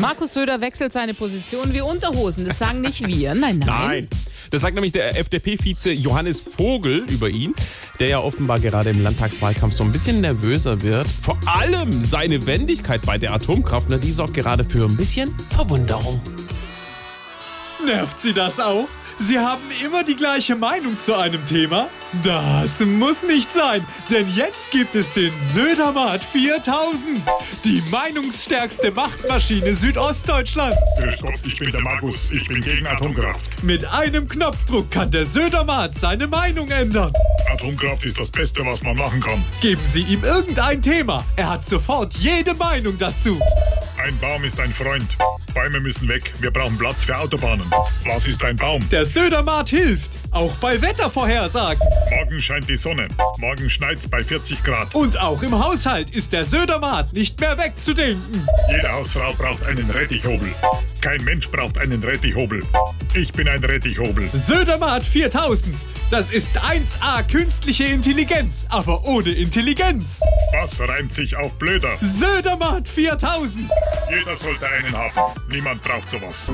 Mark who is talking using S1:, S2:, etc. S1: Markus Söder wechselt seine Position wie Unterhosen. Das sagen nicht wir. Nein, nein.
S2: Nein. Das sagt nämlich der FDP-Vize Johannes Vogel über ihn, der ja offenbar gerade im Landtagswahlkampf so ein bisschen nervöser wird. Vor allem seine Wendigkeit bei der Atomkraft, ne, die sorgt gerade für ein bisschen Verwunderung.
S3: Nervt Sie das auch? Sie haben immer die gleiche Meinung zu einem Thema? Das muss nicht sein, denn jetzt gibt es den Södermat 4000, die meinungsstärkste Machtmaschine Südostdeutschlands.
S4: Grüß Gott, ich bin der Markus. Ich bin gegen Atomkraft.
S3: Mit einem Knopfdruck kann der Södermat seine Meinung ändern.
S4: Atomkraft ist das Beste, was man machen kann.
S3: Geben Sie ihm irgendein Thema, er hat sofort jede Meinung dazu.
S4: Ein Baum ist ein Freund. Bäume müssen weg. Wir brauchen Platz für Autobahnen. Was ist ein Baum?
S3: Der Södermat hilft, auch bei Wettervorhersagen.
S4: Morgen scheint die Sonne. Morgen schneit's bei 40 Grad.
S3: Und auch im Haushalt ist der Södermat nicht mehr wegzudenken.
S4: Jede Hausfrau braucht einen Rettichhobel. Kein Mensch braucht einen Rettichhobel. Ich bin ein Rettichhobel.
S3: Södermat 4000, das ist 1A künstliche Intelligenz, aber ohne Intelligenz.
S4: Was reimt sich auf blöder?
S3: Södermat 4000.
S4: Jeder sollte einen haben. Niemand braucht sowas.